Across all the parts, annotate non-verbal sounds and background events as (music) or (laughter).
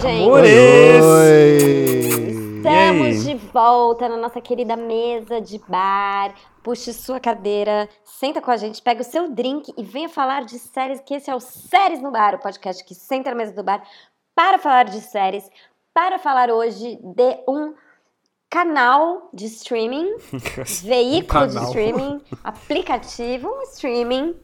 gente? Amores! Oi! Estamos E de volta na nossa querida mesa de bar. Puxe sua cadeira, senta com a gente, pega o seu drink e venha falar de séries, que esse é o Séries no Bar, o podcast que senta na mesa do bar para falar de séries, para falar hoje de um canal de (laughs) streaming, veículo de Um canal. streaming, aplicativo streaming,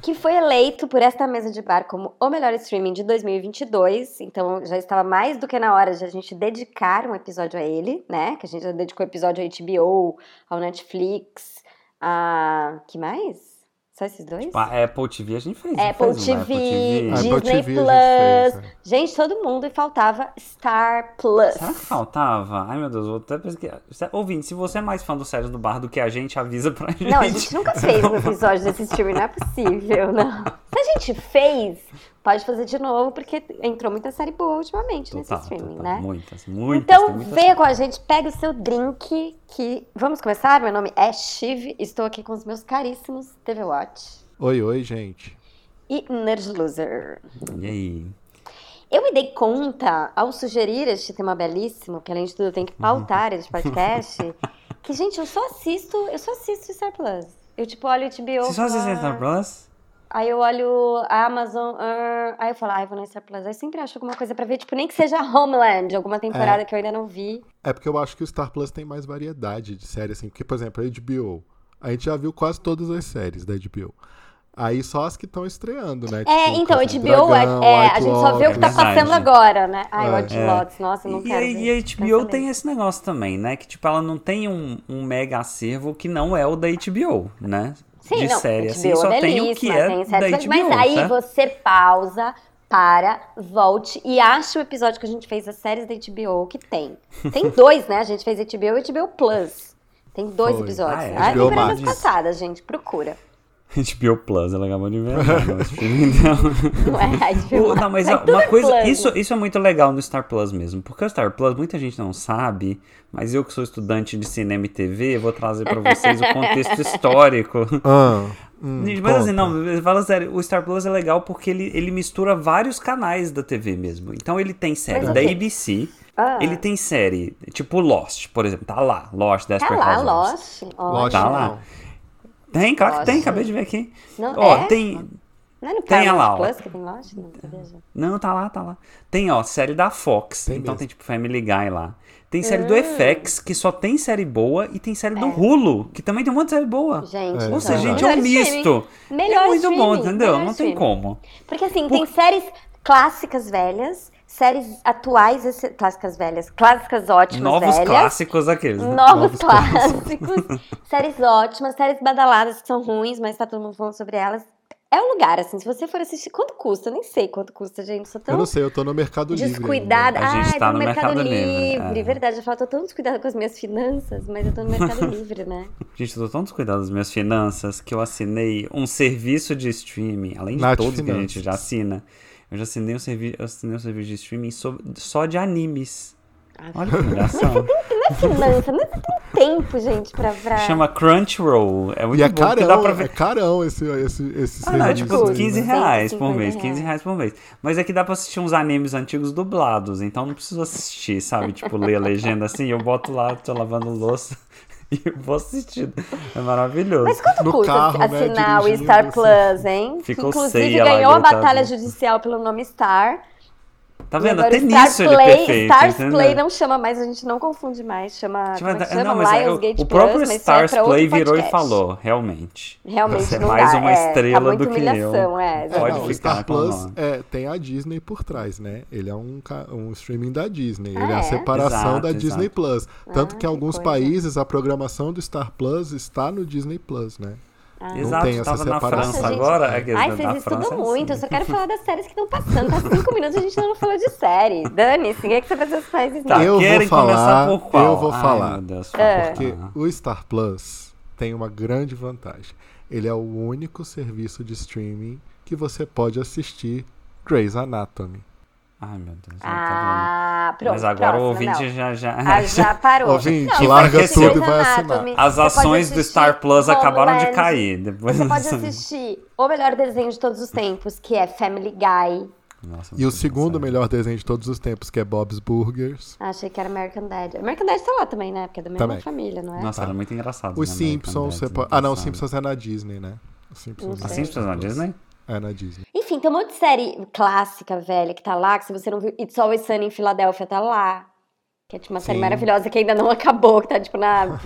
que foi eleito por esta mesa de bar como o melhor streaming de 2022. Então já estava mais do que na hora de a gente dedicar um episódio a ele, né? Que a gente já dedicou episódio a HBO, ao Netflix, a. que mais? Só esses dois? Tipo, A é, Apple TV a gente fez. Apple não fez uma TV, A Disney Apple TV a Plus. gente fez, é. Gente, todo mundo e faltava Star Plus. Será que faltava? Ai meu Deus, vou até pesquisar. Se- Ouvinte, se você é mais fã do Séries do Bar do que a gente, avisa pra gente. (laughs) Não, a gente nunca fez um episódio desse streaming, não é possível, não. Se a gente fez, pode fazer de novo, porque entrou muita série boa ultimamente Total, nesse streaming, total. né? Muitas, muitas. tem então, muitas venha com a gente, pega o seu drink, que... Vamos começar? Meu nome é Shiv, estou aqui com os meus caríssimos TV Watch Oi, oi, gente. e Nerd Loser. E aí? Eu me dei conta, ao sugerir este tema belíssimo, que além de tudo eu tenho que pautar este (laughs) podcast, que, gente, eu só assisto, eu só assisto Star Plus. Eu, tipo, olho o HBO... Você só assiste falo, Star Plus? Aí eu olho a Amazon, ah, aí eu falo, ai, vou na Star Plus. Aí sempre acho alguma coisa pra ver, tipo, nem que seja Homeland, alguma temporada que eu ainda não vi. É porque eu acho que o Star Plus tem mais variedade de série, assim. Porque, por exemplo, a HBO. A gente já viu quase todas as séries da HBO. Aí só as que estão estreando, né? É, então, Casa HBO, do Dragão, é, é, a White gente só vê o que tá Lotus. verdade. passando agora, né? Ai, É. White Lotus, nossa, eu não E, quero aí- ver. e a HBO Cancelei. tem esse negócio também, né? Que, tipo, ela não tem um, um mega acervo que não é o da HBO, né? (laughs) Sim, de não, série, HBO assim, só é tem o belíssima, que é tem da séries HBO, legais, Mas aí certo? você pausa, para, volte e acha o episódio que a gente fez das séries da HBO que tem. (laughs) Tem dois, né? A gente fez HBO e HBO Plus. Tem dois Foi. episódios. Ah, é, Ah, HBO temporadas Max. passadas, gente, (laughs) procura. HBO Plus, ela acabou de inventar, né, esse filme, então... Não é HBO O- Max. não, mas Aí ó, tudo uma é coisa, plano. isso, isso é muito legal no Star Plus mesmo, porque o Star Plus muita gente não sabe, mas eu que sou estudante de cinema e TV, eu vou trazer pra vocês o contexto (laughs) histórico. Um Ah, hum, Gente, mas conta. assim, não, fala sério, o Star Plus é legal porque ele, ele mistura vários canais da TV mesmo. Então ele tem série Mas da o quê? ABC, Ah. ele tem série tipo Lost, por exemplo, tá lá, Lost, Tá Desperate lá, Housewives. Lost. Ó, Lógico, Tá lá. não. Tem, claro que tem, Lost. acabei de ver aqui. Não, Ó, é? tem, Não é no Tem a Paramount lá, ó. Plus que tem Lost? Não, sabia, gente. Não, tá lá, tá lá. Tem, ó, série da Fox. Tem então mesmo. tem tipo Family Guy lá. Tem série do FX, que só tem série boa, e tem série do É. Hulu, que também tem um monte de série boa. Gente, É, Ou seja, Então, gente, é melhor um streaming. misto. Melhor é muito bom, streaming, entendeu? melhor Não tem streaming. como. Porque assim, Por- tem séries clássicas velhas, séries atuais, esse- clássicas velhas, clássicas ótimas Novos velhas. clássicos aqueles. né? Novos Novos clássicos, (laughs) séries ótimas, séries badaladas que são ruins, mas tá todo mundo falando sobre elas. É um lugar, assim, se você for assistir, quanto custa? Eu nem sei quanto custa, gente. Sou Eu tão não sei, eu tô no Mercado Livre. descuidada. né? Ah, é A gente Ai, tá tô no Mercado Livre, é. Verdade, eu falo, tô tão descuidada com as minhas finanças, mas eu tô no (laughs) Mercado Livre, né? Gente, eu tô tão descuidado das minhas finanças que eu assinei um serviço de streaming, além de Nath todos que a Finanças. gente já assina. Eu já assinei um, servi eu assinei um serviço de streaming so- só de (laughs) animes. Olha que engraçado. é Finança, mas você tem tempo, gente, pra. pra... Chama Crunchyroll. É muito E é bom, porque dá carão, pra ver é carão esse, esse, esse Ah, não, é serviço tipo aí, Tudo, né? 15 né? reais por 150 mês, reais. 15 reais por mês. Mas é que dá pra assistir uns animes antigos dublados, então não preciso assistir, sabe? Tipo, ler a legenda assim, eu boto lá, tô lavando louça (laughs) e eu vou assistindo. É maravilhoso. Mas quanto No custa carro, né, assinar o dirigindo, Star assim. Plus, hein? Que, Ficou Inclusive ceia lá, ganhou a coitado. batalha judicial pelo nome Star. tá E vendo? agora Até o Star nisso ele é Play, perfeito, Star entendeu? Play não chama mais, a gente não confunde mais, chama, Tipo, como é que não, chama? mas é, o- Lionsgate o próprio Plus, mas isso aí é Stars pra outro Play virou e podcast. falou, realmente. Realmente Você é não mais dá, uma é, estrela tá muito do que eu. humilhação, é. É, Pode não, ficar o Star com Plus nós. é, tem a Disney por trás, né? Ele é um, ca- um streaming da Disney. Ah, ele é é? a separação Exato, da Disney exato. Plus. Tanto Ah, que que em alguns coisa. países a programação do Star Plus está no Disney Plus, né? Exato, tem essa tava na separação. França Nossa, Ah. gente. agora. é que Ai, da- vocês da estudam França é assim. muito, eu só quero falar das séries que estão passando. Há cinco minutos a gente ainda não falou de série. Dane-se, quem é que você faz as séries? Tá, não? Eu vou querem falar, começar por qual? eu vou Ai, falar. meu Deus, É. fala. Porque o Star Plus tem uma grande vantagem. Ele é o único serviço de streaming que você pode assistir Grey's Anatomy. Ai, tá meu Deus. eu tava- Ah, pronto, Mas agora próximo, o ouvinte não. já (laughs) já. Ah, já parou. Ouvinte, Não, larga você tudo assiste e vai Grey's assinar. Anatomy, As você pode ações do assistir Star Plus acabaram de Homeland, cair. Depois (laughs) Você pode dessa- assistir o melhor desenho de todos os tempos, que é Family Guy. Nossa, E o não sei segundo se é. melhor desenho de todos os tempos, que é Bob's Burgers. Achei que era American Dad. American Dad tá lá também, né? Porque é da mesma Também. família, não é? Nossa, era muito engraçado. Os né, Simpsons. American Você Dad, pode... Ah, não, os engraçado. Simpsons é na Disney, né? Os Simpsons, Os A não. Simpsons na Disney? É na Disney. Enfim, tem um monte de série clássica, velha, que tá lá, que se você não viu, It's Always Sunny em Filadélfia tá lá. Que é tipo uma série Sim. maravilhosa que ainda não (laughs) acabou, que tá tipo na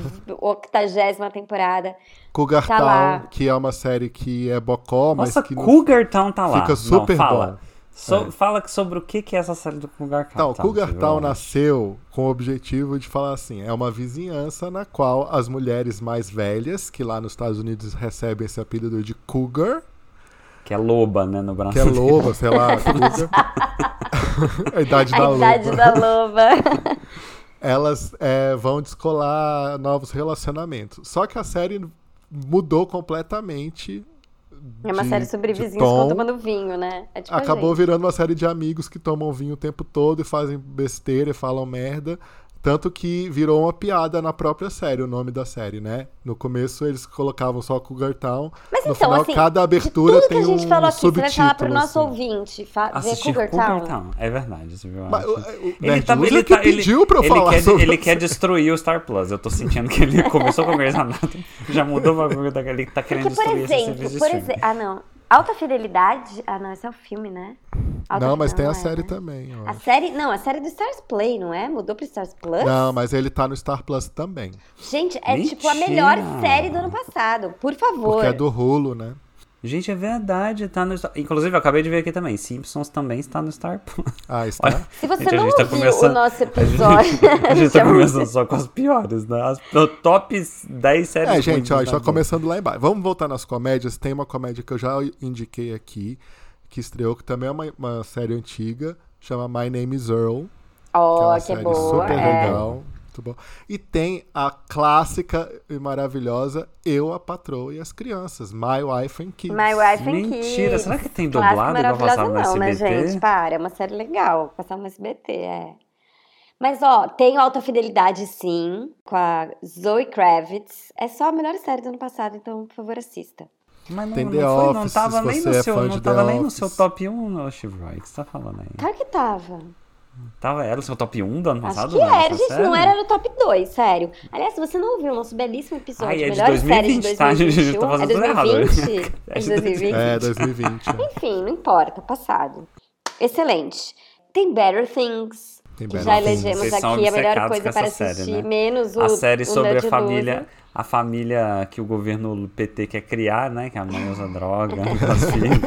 octagésima temporada. Cougar Tá lá. Town, que é uma série que é bocó, mas Nossa, que não Cougar Town tá lá. fica Não, super fala. bom. So- Fala que- sobre o que que é essa série do Cougar Town. Então, o tá, Cougar entendeu? Town nasceu com o objetivo de falar assim: é uma vizinhança na qual as mulheres mais velhas, que lá nos Estados Unidos recebem esse apelido de Cougar, Que é loba, né, no que é Brasil. loba, sei lá, Cougar. (laughs) a idade A da Idade loba. da (laughs) Loba. Elas é, vão descolar novos relacionamentos. Só que a série mudou completamente. É uma de- série sobre de vizinhos que tom. estão tomando vinho, né? É tipo a Acabou gente. virando uma série de amigos que tomam vinho o tempo todo e fazem besteira e falam merda. Tanto que virou uma piada na própria série, o nome da série, né? No começo eles colocavam só Cougar Town. Mas no então, final, assim, cada De abertura tudo que tem a gente um falou aqui, você subtítulo. vai falar pro nosso assim. ouvinte, fa- ver Assistir Cougar Town. É verdade, isso viu? Mas, uh, o- o Ele, Nerd tá, Loser ele, que tá, ele, pediu pra eu ele falar quer, sobre ele isso. quer destruir o Star Plus. Eu tô sentindo que ele (laughs) começou com o Grey's Anatomy, já mudou pra Cougar Town, ele tá querendo Porque, É por destruir esse exemplo, serviço de por streaming. exemplo. Ah, não. Alta Fidelidade. Ah, não, esse é o filme, né? Alta Não, mas tem a é, série né? também. eu A acho. série. Não, a série do Stars Play, não é? Mudou pro Stars Plus? Não, mas ele tá no Star Plus também. Gente, é Mentira. tipo a melhor série do ano passado. Por favor. Porque é do Hulu, né? Gente, é verdade, tá no Star... Inclusive, eu acabei de ver aqui também, Simpsons também está no Star Plus. Ah, está. Se você Gente, a não gente tá ouviu o começando- nosso A episódio. Então, gente, (laughs) a já gente tá ouviu. começando só com as piores, né? As top 10 séries. É, gente, ó, ruins, a gente tá né? começando lá embaixo. Vamos voltar nas comédias. Tem uma comédia que eu já indiquei aqui, que estreou, que também é uma, uma série antiga, chama My Name is Earl. que é Ó, uma que, série boa. super é. legal. Muito bom. E tem a clássica e maravilhosa Eu, a Patroa e as Crianças, My Wife and Kids. My Wife and Kids. Mentira, será que tem Clássico dublado igual maravilhosa passava no não, né, SBT? gente? Para, é uma série legal. Passava no SBT, é. Mas, ó, tem Alta Fidelidade, sim, com a Zoe Kravitz. É só a melhor série do ano passado, então, por favor, assista. Mas não, Tem não, The foi, não Office, tava se nem você no é seu, fã não de tava The nem no Office. seu top 1, no Chivroy, o que você tá falando aí? Claro que tava. Tava, era o seu top 1 do ano Acho passado? que né, era, nessa gente, não série? era no top 2, sério. Aliás, se você não ouviu o nosso belíssimo episódio, Ai, é de melhores séries 2020, de tá? A gente 2021, tá fazendo tudo é errado, 2020? (laughs) né? É de 2020? (laughs) É, 2020. né? Enfim, não importa, passado. Excelente. Tem Better Things, Tem que Better já Things. elegemos Vocês são aqui a melhor obcecados coisa com essa para série, assistir, né? menos o A série o sobre a Nerd família, Loser. a família que o governo PT quer criar, né? Que a mãe (laughs) usa droga, (laughs) as filhas,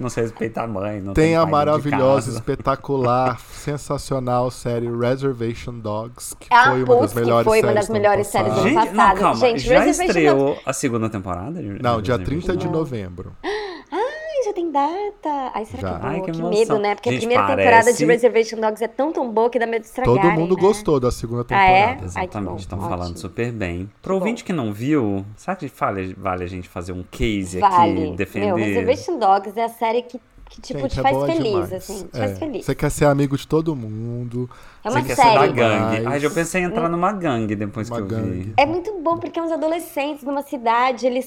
não se respeita a mãe, não tem, Tem a pai dentro de maravilhosa, casa. espetacular, sensacional série Reservation Dogs, que Ah, foi uma das putz, que melhores foi uma séries das do melhores ano séries do ano passado. Gente, passado. não, calma, Gente, já Reservation estreou a segunda temporada? de Não, dia Reservation 30 de Dogs? novembro. Ai, já tem data. Ai, será Já. que é boa? Ai, que que, emoção. medo, né? Porque Gente, a primeira parece- temporada de Reservation Dogs é tão tão boa que dá medo de estragar. Todo mundo gostou da segunda né? Ah, temporada. é? Ai, que bom, Exatamente, estão ótimo. falando super bem. Pro ouvinte que não viu, será que vale, vale a gente fazer um case Vale. aqui, defender? Meu, Reservation Dogs é a série que, que tipo, Gente, te é faz boa feliz, demais. assim. Te É. faz feliz. Você quer ser amigo de todo mundo. É Você uma quer ser da série. um gangue? Mas- Ai, eu pensei em entrar numa gangue depois Uma que eu vi. gangue. É muito bom porque uns adolescentes numa cidade, eles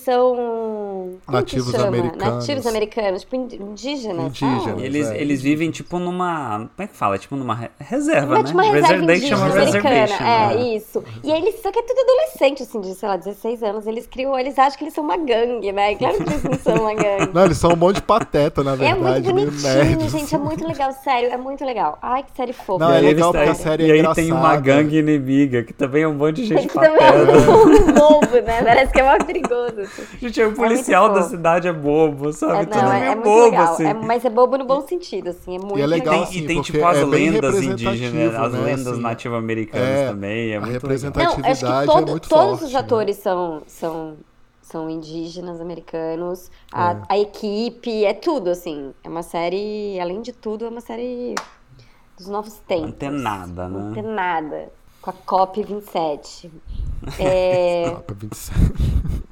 são. Como Nativos que chama? americanos. Nativos americanos, tipo indi- indígenas. Indígenas. sabe? E Eles, é. eles vivem tipo numa. Como é que fala? É Tipo numa re- reserva, Uma, né? tipo, uma reserva Reserva- indígena chama americana. reservation. É, né? isso. E aí eles, só que é tudo adolescente, assim, de, sei lá, 16 anos. Eles criam, eles acham que eles são uma gangue, né? E Claro que eles não são (laughs) uma gangue. Não, eles são um monte de pateta, (laughs) na É verdade. muito meio bonitinho, nerds. assim. gente. É muito legal, sério. É muito legal. Ai, que série fofa. Não, E é aí eles legal porque a têm- série é E aí tem uma engraçada. gangue inimiga, que também é um monte de (laughs) gente Que também é pateta. um bobo, né? Parece que é mais (laughs) perigoso. assim. (laughs) Gente, (laughs) aí o policial da fofo. cidade é bobo, sabe? É, Todo não, mundo é, é é muito bobo, legal. assim. É- mas é bobo no bom sentido, assim. É muito E é legal, Tem- legal. assim, e tem porque tipo as é bem lendas representativo, indígenas, as né, lendas assim, nativo-americanas é, também. É a muito legal. representação- Não, acho que atividade todo- é muito todos forte, os né? atores são, são, são indígenas, americanos. A, É. a equipe, é tudo, assim. É uma série, além de tudo, é uma série dos novos tempos. Antenada, né? Antenada. Com a (laughs) COP27. É, Copa 27.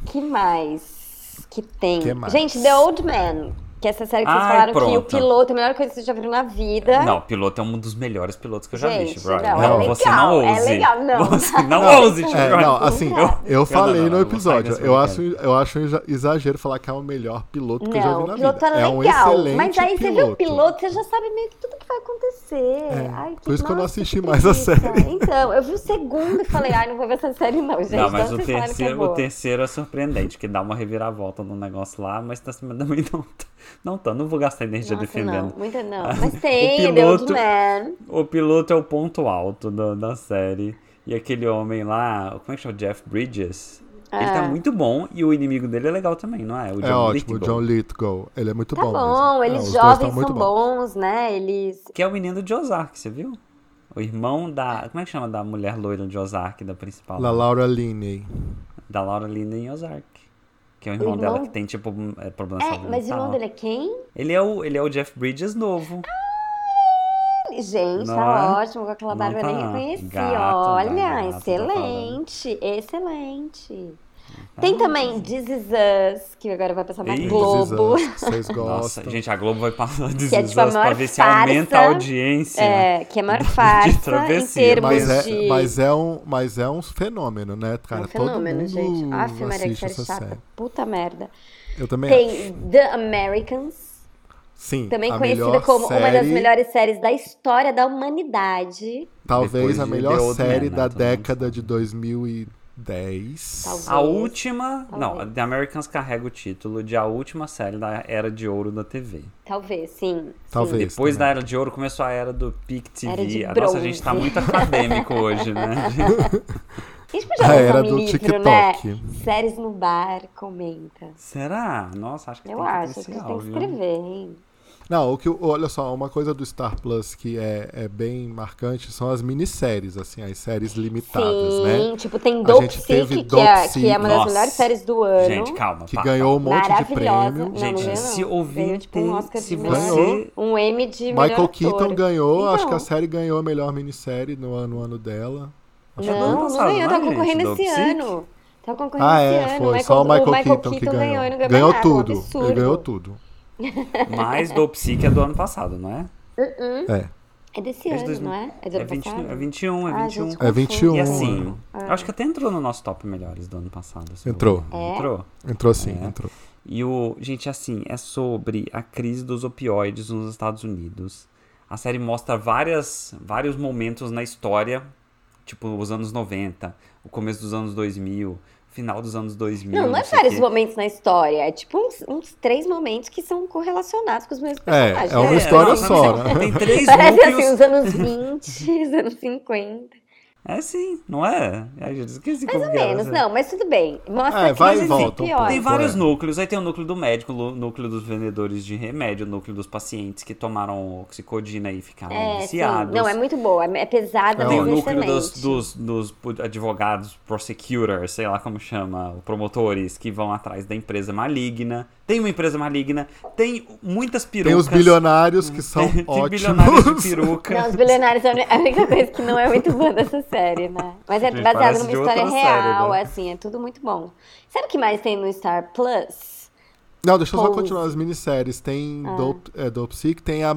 que mais que tem? Que mais? Gente, The Old Man. Que que essa série que vocês Ai, falaram que o pronto. piloto é a melhor coisa que vocês já viram na vida. Não, piloto é um dos melhores pilotos que eu já vi, Gente, Steve Rogers. não, é Não, legal, você não é ouse. legal, não. Você não, (laughs) Não, ouse, Steve É, Rogers. não, assim, Não. eu falei não, não, no eu vou sair episódio. desse Eu acho, comentário. eu acho um exagero falar que é o melhor piloto que eu já vi Não, na o piloto vida. era é um legal. excelente mas aí você piloto. vê o piloto, você já sabe meio que tudo que vai acontecer. É, Ai, que, por isso que eu não nossa, assisti que mais a preguiça. série. Então, eu vi o segundo e falei, ai, não vou ver essa série não, gente. Não, mas Então, o vocês falaram que é terceiro, boa. o terceiro é surpreendente, que dá uma reviravolta no negócio lá, mas tá- também não, tá- não tá. Não vou gastar energia Nossa, defendendo. não, muita não. Ah, Mas (laughs) o tem, The piloto- Old Man. O piloto é o ponto alto da, da série. E aquele homem lá, como é que chama? Jeff Bridges. Ele tá É. muito bom e o inimigo dele é legal também, não é? O John É ótimo, o Lithgow, John Lithgow. Ele é muito Tá bom. bom, mesmo. É, eles os dois jovens tão muito são bons. bons, né? Eles. Que é o menino de Ozark, você viu? O irmão da. Como é que chama da mulher loira de Ozark, da principal? La Laura Linney. Da Laura Linda em Ozark. Que é o irmão, irmão- dela que tem, tipo, um- é, problema É, mas o irmão dele é quem? Ele é o, ele é o Jeff Bridges novo. Gente, Não tá é? ótimo, com aquela Não barba eu nem tá. reconheci. Gata, né? Olha, Gata, tá excelente, excelente. tá Tem também This Is Us, que agora vai passar na Ih, This Is Globo. This Is Us, Vocês gostam. Nossa, gente, a Globo vai passar de é, tipo, a maior pra ver se farsa. aumenta a (laughs) audiência. É, que é a (laughs) maior farsa em travessia, termos Mas é, de. mas, é um, mas é um fenômeno, né, É cara? um fenômeno, Todo mundo gente. Aff, Maria, que assiste série essa chata. série. Puta merda. Eu também acho. Tem The Americans, Sim, também a conhecida melhor como uma das série, melhores séries da história da humanidade. Talvez Depois a de melhor The Old Man, série né, da todo mundo década de 2010. Talvez. A última. Não, Talvez. The Americans carrega o título de a última série da Era de Ouro da TV. Talvez, sim. Talvez. Depois também. da Era de Ouro começou a Era do PIC Era de TV. A nossa, a gente tá bronze. muito acadêmico (laughs) hoje, né? A gente podia A lançar (laughs) era um do livro, TikTok. né? Séries no bar, comenta. Será? Nossa, acho que né? Eu tem acho, acho que potencial, tem que viu? escrever, hein? Não, o que, eu- olha só, uma coisa do Star Plus que é, é bem marcante são as minisséries, assim, as séries limitadas, Sim, né? tipo, tem A Dope gente Sick, teve que, é, Dope que é uma das Sick. melhores séries do ano. Gente, calma. Que pá, ganhou um monte de Maravilhosa. prêmio. Não, Gente, não ganhou, se não. ouvir, Ganhou, tipo, um Oscar se de você. melhor. Um M de melhor Michael ator. Keaton ganhou, Então, acho que a série ganhou a melhor minissérie no ano, no ano dela. Acho que Não, não passado, ganhou, tá né, gente, concorrendo Dope esse Sick? ano. Tá concorrendo Ah, esse é, ano. foi. Só o Michael, Keaton, que ganhou. ganhou. e não ganhou, mais nada, um tudo. absurdo. ele ganhou tudo. Mas do Psique é do ano passado, não é? É. É desse É de ano, dois mil- não é? É do É, ano um, 20, passado? é 21, é Ah, 21. gente, É 21. E assim, Ah. eu acho que até entrou no nosso top melhores do ano passado. se eu não Entrou. me É? engano. Entrou. Entrou sim, É. entrou. E o. Gente, assim, é sobre a crise dos opioides nos Estados Unidos. A série mostra várias, vários momentos na história, tipo os anos 90, o começo dos anos 2000, final dos anos 2000. Não, não é Hum, sei o vários quê. momentos na história. É tipo uns, uns três momentos que são correlacionados com os mesmos personagens. é uma né? história não, só, não, né? Tem (laughs) três Parece assim, núcleos. os anos (laughs) 20, os anos 50. É sim, não é? Ai, gente, esqueci como Mais ou que era, menos, né? não, mas tudo bem. Mostra É, que vai eles e volta um pior. pouco. Tem vários é. núcleos. Aí tem o núcleo do médico, o núcleo dos vendedores de remédio, o núcleo dos pacientes que tomaram oxicodina e ficaram É, sim. viciados. Não, é muito boa. É pesada, É Tem o mas é núcleo excelente. dos, dos, dos pu- advogados, prosecutors, sei lá como chama, promotores, que vão atrás da empresa maligna. Tem uma empresa maligna, tem muitas Tem perucas. os bilionários (laughs) que são (laughs) tem ótimos. bilionários (laughs) de peruca. Não, os bilionários é a uni- a única coisa que não é muito boa dessa série, né? Mas é Gente, baseado parece numa de história outra série, real, né? assim, é tudo muito bom. Sabe o que mais tem no Star Plus? Não, deixa eu só Pose. continuar as minisséries. Tem Dope, é, Dope Sick, tem a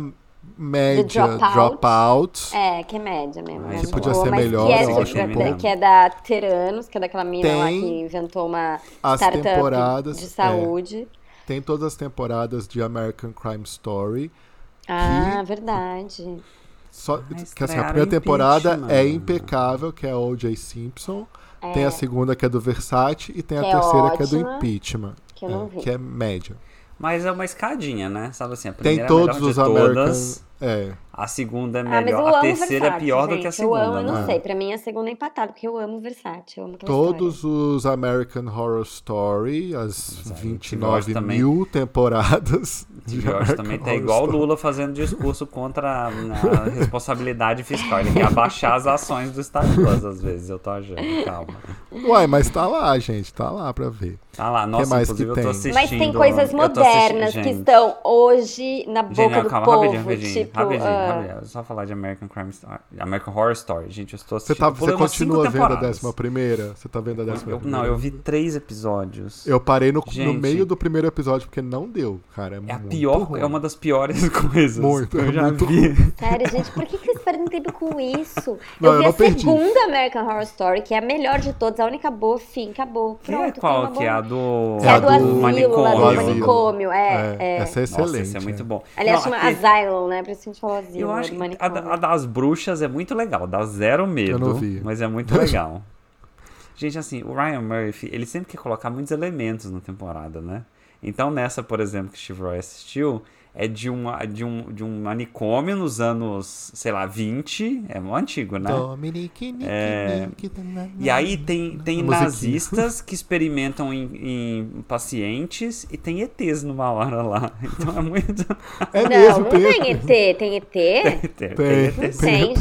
média Ah. Dropout. Dropout. É, que é média mesmo. Ah, né? isso Muito podia boa, ser mas melhor, que é, eu tipo, acho da- mesmo. que é da Teranos, que é daquela mina lá que Tem inventou uma as startup temporadas, de é. saúde. Tem todas as temporadas de American Crime Story. Ah, verdade. Só, Ah, que assim, a estrearam primeira temporada Impeachment. é impecável, que é O.J. Simpson. Tem a segunda, que é do Versace. E tem a Que é terceira, que é do ótima, Impeachment. que eu não vi. que é média. Mas é uma escadinha, né? Sabe assim, a Tem primeira é a todos melhor os de Americans. todas, É. a segunda é Ah, mas eu melhor, amo a terceira é Versace, pior gente. do que a Eu amo, segunda, eu não né? sei. Pra mim a segunda é empatada, porque eu amo Versace, eu amo aquela Todos os American Horror Story, as aí, TV 29 também. mil temporadas. de E Jorge também American tá Horror igual o Story. Lula fazendo discurso contra a, a responsabilidade fiscal. Ele quer abaixar as ações do Star Plus, às vezes, eu tô achando. Calma. Uai, mas tá lá, gente, tá lá pra ver. Tá lá, nossa, mais que inclusive eu tô tem? assistindo. Mas tem coisas eu tô assistindo, modernas que gente. estão hoje na boca Gente, não, do calma, povo, rapidinho, rapidinho, tipo, rapidinho. rapidinho, só falar de American Crime Story, American Horror Story. Gente, eu estou Você, assistindo. tá, eu pulei você umas cinco continua vendo a temporadas. décima primeira? Você tá vendo a décima Eu- primeira? Não, eu vi três episódios. Eu parei no, no Gente. meio do primeiro episódio, porque não deu, cara. É, É a muito pior, ruim. é uma das piores (laughs) coisas Muito, que eu já muito vi. Sério, gente, por que, que vocês perdem tempo com isso? Não, eu eu vi não a perdi. segunda American Horror Story, que é a melhor de todas, a única boa, fim, acabou. Que é Pronto, tem qual uma que é boa- a do, Que é a do, do asilo, lá do manicômio. manicômio, é. é. Essa é Nossa, excelente. esse é muito bom. Aliás, Não, chama aquele- Asylum, né? Por isso que a gente falou asilo, Eu do acho que a, manicômio. da- a das bruxas é muito legal, dá zero medo, Eu não vi. mas é (laughs) muito legal. Gente, assim, o Ryan Murphy, ele sempre quer colocar muitos elementos na temporada, né? Então nessa, por exemplo, que Steve Roy assistiu, é de, uma, de, um, de um manicômio nos anos, sei lá, 20, é mó antigo, né? É. Dominique, nique, nique, E aí tem, tem musiquinha. nazistas que experimentam em, em pacientes e tem ETs numa hora lá. (laughs) Então é muito. É Não, mesmo, não tem. tem ET. Tem (laughs) ET? tem, Tem, ET, sim. Tem, ET,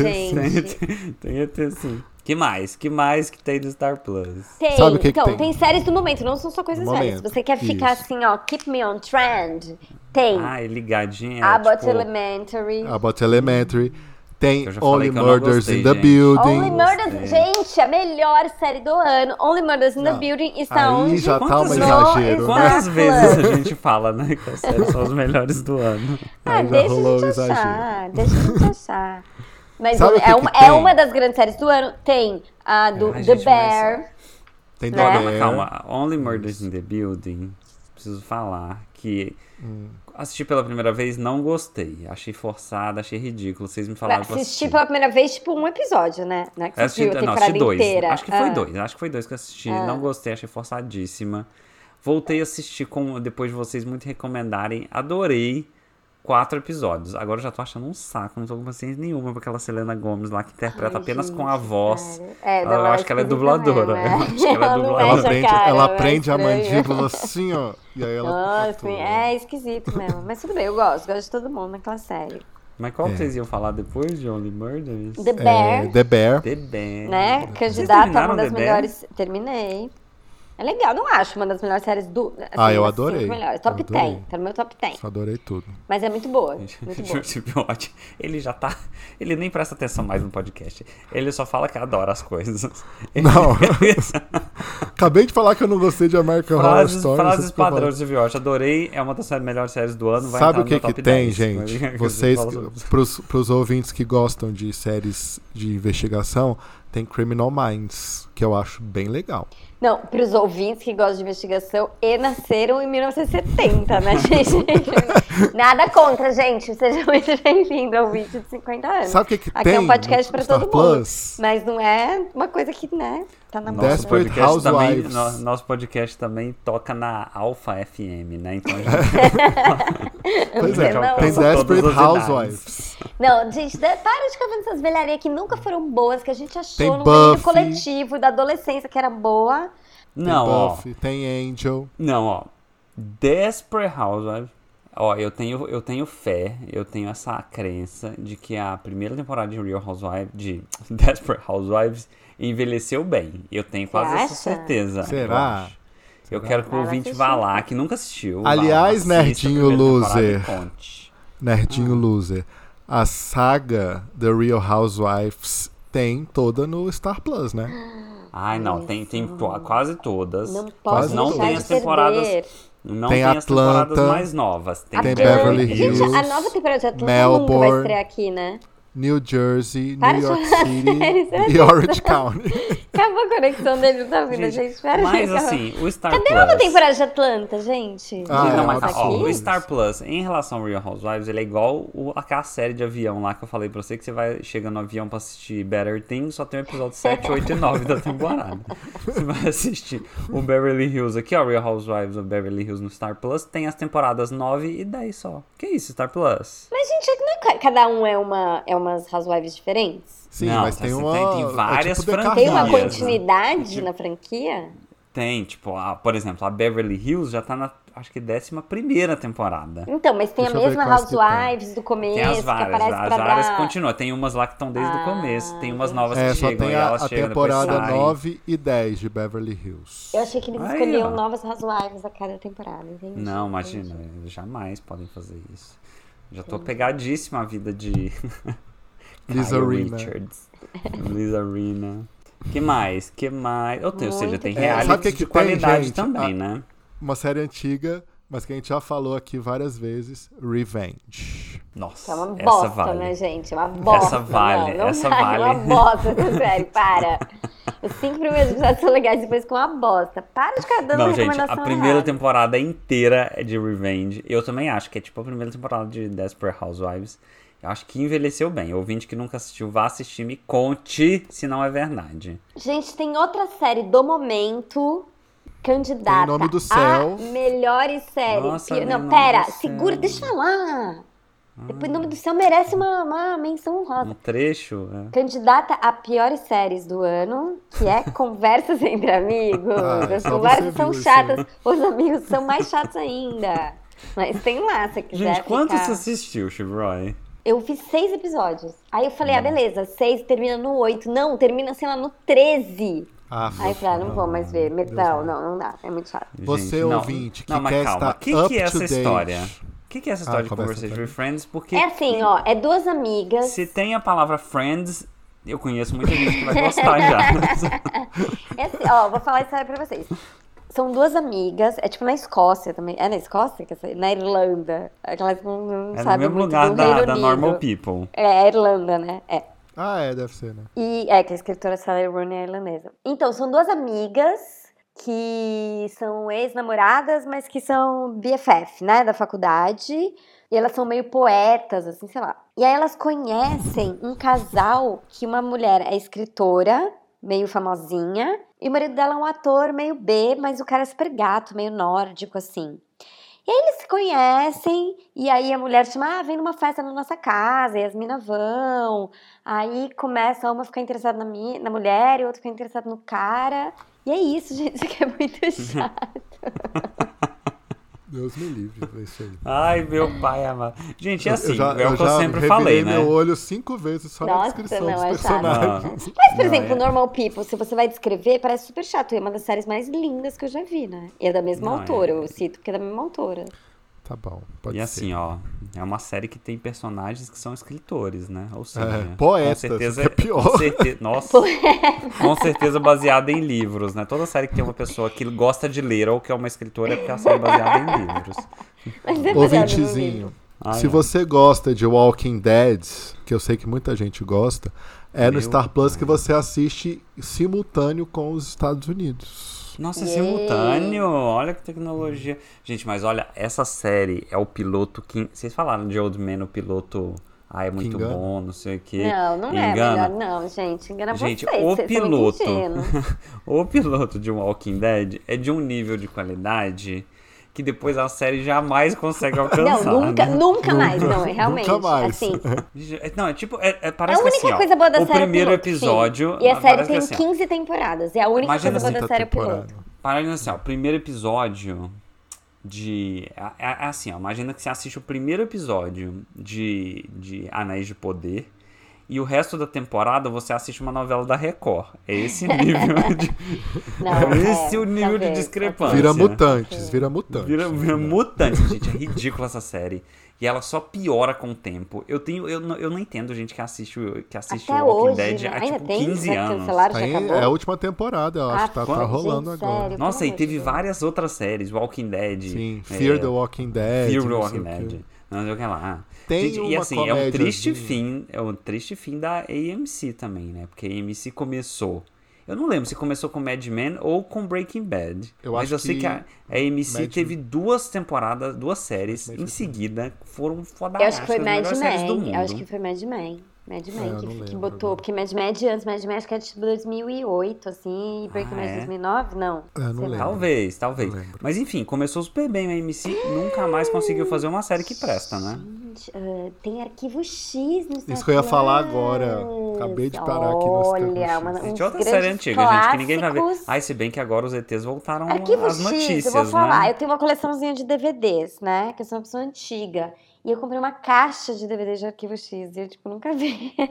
gente. Tem, (laughs) tem ET sim. Que mais? Que mais que tem do Star Plus? Tem. Sabe o que que então, tem? séries do momento, não são só coisas Do velhas. Se momento, você quer ficar isso. assim, ó, keep me on trend, tem. Ah, é ligadinha. É, Abbott tipo, Elementary. Abbott Elementary. Tem Eu já falei Only que eu não Murders gostei, in the gente. Only Building. Murders, gente, a melhor série do ano. Only Murders in the Não, Building está Aí onde? já tá um Quantas- exagero, Não, né? exato. Quantas vezes a gente fala, né? Que as séries são as melhores do ano. Ah, Aí já deixa rolou a um gente achar, exagero. deixa a gente (laughs) achar. Mas Sabe o que é, que uma, tem? é uma das grandes séries do ano. Tem a do Ai, The gente, Bear. Tem Né? Calma, Dodé. calma. Only Murders in the Building. Preciso falar que assisti pela primeira vez, não gostei. Achei forçada, achei ridículo. Vocês me falaram pra assisti assistir. pela primeira vez, tipo, um episódio, né? Não é que você Eu assisti, viu a assim. então, não, temporada assisti dois. inteira. Acho que foi Ah. dois. Acho que foi dois que eu assisti. Não gostei, achei forçadíssima. Voltei a assistir com, depois de vocês muito recomendarem. Adorei. Quatro episódios. Agora eu já tô achando um saco, não tô com paciência nenhuma pra aquela Selena Gomes lá que interpreta Ai, tá apenas com gente, a voz. cara. É, Ela- não, eu acho que ela é esquisita dubladora, mesmo, eu é. (laughs) acho que ela é não dubladora. Ela mexe a aprende, cara, ela é aprende a estranho. mandíbula assim, ó. E aí ela. Ah, Nossa, atua. é esquisito mesmo. Mas tudo bem, eu gosto. Gosto de todo mundo naquela série. Mas qual que É. vocês iam falar depois de Only Murders? The É, Bear, The Bear. The Band. né? Vocês Candidata a terminaram uma das The Bear? melhores. Terminei. É legal, não acho uma das melhores séries do. assim, Ah, eu das adorei. cinco melhores. Eu Top adorei. 10. Tá no meu top 10. Adorei tudo. (laughs) Mas é muito boa. Gente, (laughs) Muito boa. Jorge Biotti, ele já tá. Ele nem presta atenção mais no podcast. Ele só fala que adora as coisas. Ele- Não. Acabei de falar que eu não gostei de American Horror frases Story. frases vocês estão falando- padrões de Biotti. Adorei. É uma das sé- melhores séries do ano. Vai entrar Sabe o no que, meu que top tem, 10. gente? (laughs) Mas- Vocês, fala sobre- pros, pros ouvintes que gostam de séries de investigação, tem Criminal Minds, que eu acho bem legal. Não, pros ouvintes que gostam de investigação e nasceram em 1970, né, (laughs) gente? Nada contra, gente. Seja muito bem-vindo ao vídeo de 50 anos. Sabe o que, que Aqui tem? é um podcast no pra Star todo Plus? Mas não é uma coisa que, né, tá na moda. Nosso Desperate podcast, também, Housewives. no- nosso podcast também toca na Alpha FM, né? Então a gente (laughs) (laughs) Pois Não, é, não. tem São todas Desperate as idades. Housewives. Não, gente, de- para de ficar vendo essas velharias que nunca foram boas, que a gente achou Tem no período Buffy. coletivo da adolescência que era boa. Não, tem ó. Buffy, tem Angel. Não, ó. Desperate Housewives. Ó, eu tenho, eu tenho fé, eu tenho essa crença de que a primeira temporada de Real Housewives, de (laughs) Desperate Housewives, envelheceu bem. Eu tenho quase Você essa acha? certeza. eu Será? acho. Eu quero que o Vai lá ouvinte assistir. vá lá, que nunca assistiu. Aliás, vá lá, assista a nerdinho primeira temporada e loser. conte. Ah. Nerdinho Loser. A saga The Real Housewives tem toda no Star Plus, né? Ai, não, tem, tem to- quase todas. Não mas posso Quase não deixar tem de as temporadas. perder. Não Tem tem, as temporadas Atlanta, mais novas. Tem, tem Atlanta. Beverly Gente, a Hills, nova temporada de Atlanta nunca vai Melbourne. estrear aqui, né? New Jersey, Para New de York falar (laughs) séries, City e (laughs) Orange County. Acabou a conexão dele da vida, gente. Gente, Espera mas assim, o Star Cadê Plus. a nova temporada de Atlanta, gente? Ah, Não, é tá mas, tá uma ó, absurdo. o Star Plus, em relação ao Real Housewives, ele é igual o, aquela série de avião lá que eu falei pra você, que você vai chega no avião pra assistir Better Things, só tem o episódio 7, 8 e 9 (laughs) da temporada. Você vai assistir o Beverly Hills aqui, ó, Real Housewives of Beverly Hills no Star Plus, tem as temporadas 9 e 10 só. Que isso, Star Plus? Mas, gente, é que não é ca- cada um é, uma, é umas housewives diferentes? Sim, Não, mas tem tem- uma. tem é tipo várias The franquias, Tem Ah, uma é, Kardashians, né? continuidade na franquia? Tem, tipo, a- por exemplo, a Beverly Hills já tá na, acho que, 11 temporada. Então, mas tem Deixa a eu ver mesma quais que tá. tem. Housewives do começo, Tem as que várias, aparece as pra várias dar... continuam. Tem umas lá que estão desde Ah, o começo, tem umas novas É, que só chegam tem e a, elas a chegam depois temporada saem. 9 e 10 de Beverly Hills. Eu achei que eles Aí, escolhiam ó. novas Housewives a cada temporada, entendi. Não, entendi. imagina, jamais podem fazer isso. Já é. tô pegadíssima a vida (laughs) de Liz Kyle Arena. Richards. Liz Arena. Que mais? Que mais? Ou, tem- ou seja, Muito tem bem. reality É, Sabe o que de que tem, qualidade gente? também, Ah. né? Uma série antiga, mas que a gente já falou aqui várias vezes, Revenge. Nossa, É uma essa bosta, vale. né, gente? É uma bosta. Essa vale, não, não essa vale. É uma vale. bosta essa série, para. Os cinco primeiros episódios são legais, depois com uma bosta. Para de ficar dando Não, gente, recomendação a primeira errada. temporada inteira é de Revenge. Eu também acho que é tipo a primeira temporada de Desperate Housewives. Eu acho que envelheceu bem. Ouvinte que nunca assistiu, vá assistir, me conte se não é verdade. Gente, tem outra série do momento candidata Em Nome do a Céu. melhores séries. Nossa, E- Em não, Nome pera, do Céu. segura, deixa eu falar. Depois, o nome do céu merece uma, uma menção honrosa. Um trecho, né? Candidata a piores séries do ano, que é (laughs) Conversas entre Amigos. Ah, As só conversas você são viu isso chatas, os amigos são mais chatos ainda. Mas tem lá, se quiser. Gente, quanto ficar. você assistiu, Chivroy? Eu fiz seis episódios. Aí eu falei, ah, beleza, seis termina no oito. Não, termina, sei lá, no 13. Ah, Aí eu falei, ah, não vou mais ver. Não, não, não dá. É muito chato. Você, Gente, não. ouvinte, que Não, mas quer calma. estar que up que é essa to date. Ah, história? O que, que é essa história de começa Conversation pra with Friends? Porque É assim, ó, é duas amigas. se tem a palavra Friends, eu conheço muita gente (laughs) que vai gostar já. É assim, ó, vou falar a história pra vocês. São duas amigas, é tipo na Escócia também. É na Escócia? que essa- Na Irlanda. Aquelas que não, não É no sabem mesmo muito lugar do da, Reino da Unido. Normal People. É, é Irlanda, né? É. Ah, é, deve ser, né? E é que a escritora Sally Rooney é irlandesa. Então, são duas amigas que são ex-namoradas, mas que são BFF, né, da faculdade. E elas são meio poetas, assim, sei lá. E aí elas conhecem um casal que uma mulher é escritora, meio famosinha, e o marido dela é um ator meio B, mas o cara é super gato, meio nórdico, assim. E aí eles se conhecem, e aí a mulher chama, ah, vem numa festa na nossa casa, e as minas vão. Aí começa uma a ficar interessada na, mi- na mulher e outra fica interessada no cara. E é isso, (laughs) gente, isso aqui é (laughs) muito chato. Deus me livre, é isso aí. Ai, meu pai amado. Gente, é Eu- assim, eu já, é o que eu, já sempre revirei falei, né? meu olho cinco vezes só na Nossa, descrição não, dos é chato. personagens. Mas, por Não, exemplo, é- Normal People, se você vai descrever, parece super chato. E é uma das séries mais lindas que eu já vi, né? E é da mesma Não, é- autora, eu cito, porque é da mesma autora. (laughs) Tá bom, pode E ser. assim, ó, é uma série que tem personagens que são escritores, né? Ou seja, É, poetas, com certeza que é pior. com (laughs) certe- nossa, com certeza baseada em livros, né? Toda série que tem uma pessoa que gosta de ler ou que é uma escritora é porque ela é baseada em livros. Mas é baseado no livro. Ouvintezinho, Ah, se é. você gosta de Walking Dead, que eu sei que muita gente gosta, é no Meu Star Plus que você assiste simultâneo com os Estados Unidos. Nossa, é Yay. simultâneo! Olha que tecnologia. Gente, mas olha, essa série é o piloto que. Vocês falaram de Old Man, o piloto. Ah, é muito engana. bom, não sei o quê. Não, não é Engana. melhor, não, gente. Engana Gente, vocês, o vocês piloto. são muito ingênuos. (laughs) o piloto de Walking Dead é de um nível de qualidade que depois a série jamais consegue Não, alcançar. nunca, né? nunca mais, não, é realmente. Nunca mais. Assim, É- Não, é tipo, é, é- a (laughs) parece que única assim, ó, coisa boa da o série primeiro é o piloto, sim. episódio. E a série parece que tem assim, ó, 15 temporadas. E a única Imagina coisa boa assim, da Quinta série é o Tá temporada. piloto. Parando assim, ó, o primeiro episódio de. É, é assim, ó, imagina que você assiste o primeiro episódio de, de Anéis de Poder e o resto da temporada você assiste uma novela da Record. É (laughs) esse nível de. (laughs) Não, esse é o nível de talvez, discrepância. Vira É. mutantes, vira mutantes. é. Vira, vira mutante, gente. É ridícula essa série. E ela só piora com o tempo. Eu tenho. Eu, não- eu não entendo gente que assiste, o- que assiste Até o Walking hoje, Dead né? há Ainda tipo tem? 15 Já anos. cancelaram, já Aí acabou? é a última temporada, eu acho. Ah, tá, tá quando- rolando gente, agora. sério, Nossa, pelo e amor teve de Deus. várias outras séries, Walking Dead. Sim, é, tipo Fear the Walking Dead. Fear the não Walking sei o quê. Dead. Não sei o que lá. Tem Gente, e uma assim, é um triste comédiazinha. fim, é um triste fim da AMC também, né? Porque a AMC começou. Eu não lembro se começou com Mad Men ou com Breaking Bad. Eu mas acho eu sei que, que a a AMC Mad teve duas temporadas, duas séries em seguida, foram foda Eu acho que foi as Mad melhores é séries do Men. mundo. Eu acho que foi Mad Men. Mad Men eu que, não que lembro botou. agora. Porque Mad Men é de antes. Mad Men acho que é tipo 2008, assim. E Breaking Ah, Bad é? 2009? Não. É, não sei lá. lembro. Talvez, talvez. Não lembro. Mas enfim, começou super bem a AMC, nunca mais conseguiu fazer uma série que presta, né? Gente, ah, tem arquivo X no Isso que eu ia falar agora. Acabei de parar aqui no Arquivo X. Olha, uma, uns Gente, outra grandes série antiga, gente, que ninguém tá vai ver. clássicos. É Ai, se bem que agora os ETs voltaram Arquivo às X, é um notícias, eu vou falar. é (laughs) né? Eu tenho uma coleçãozinha de DVDs, né? Que eu sou uma pessoa antiga. E eu comprei uma caixa de DVDs de Arquivo X. E eu, tipo, nunca vi. tá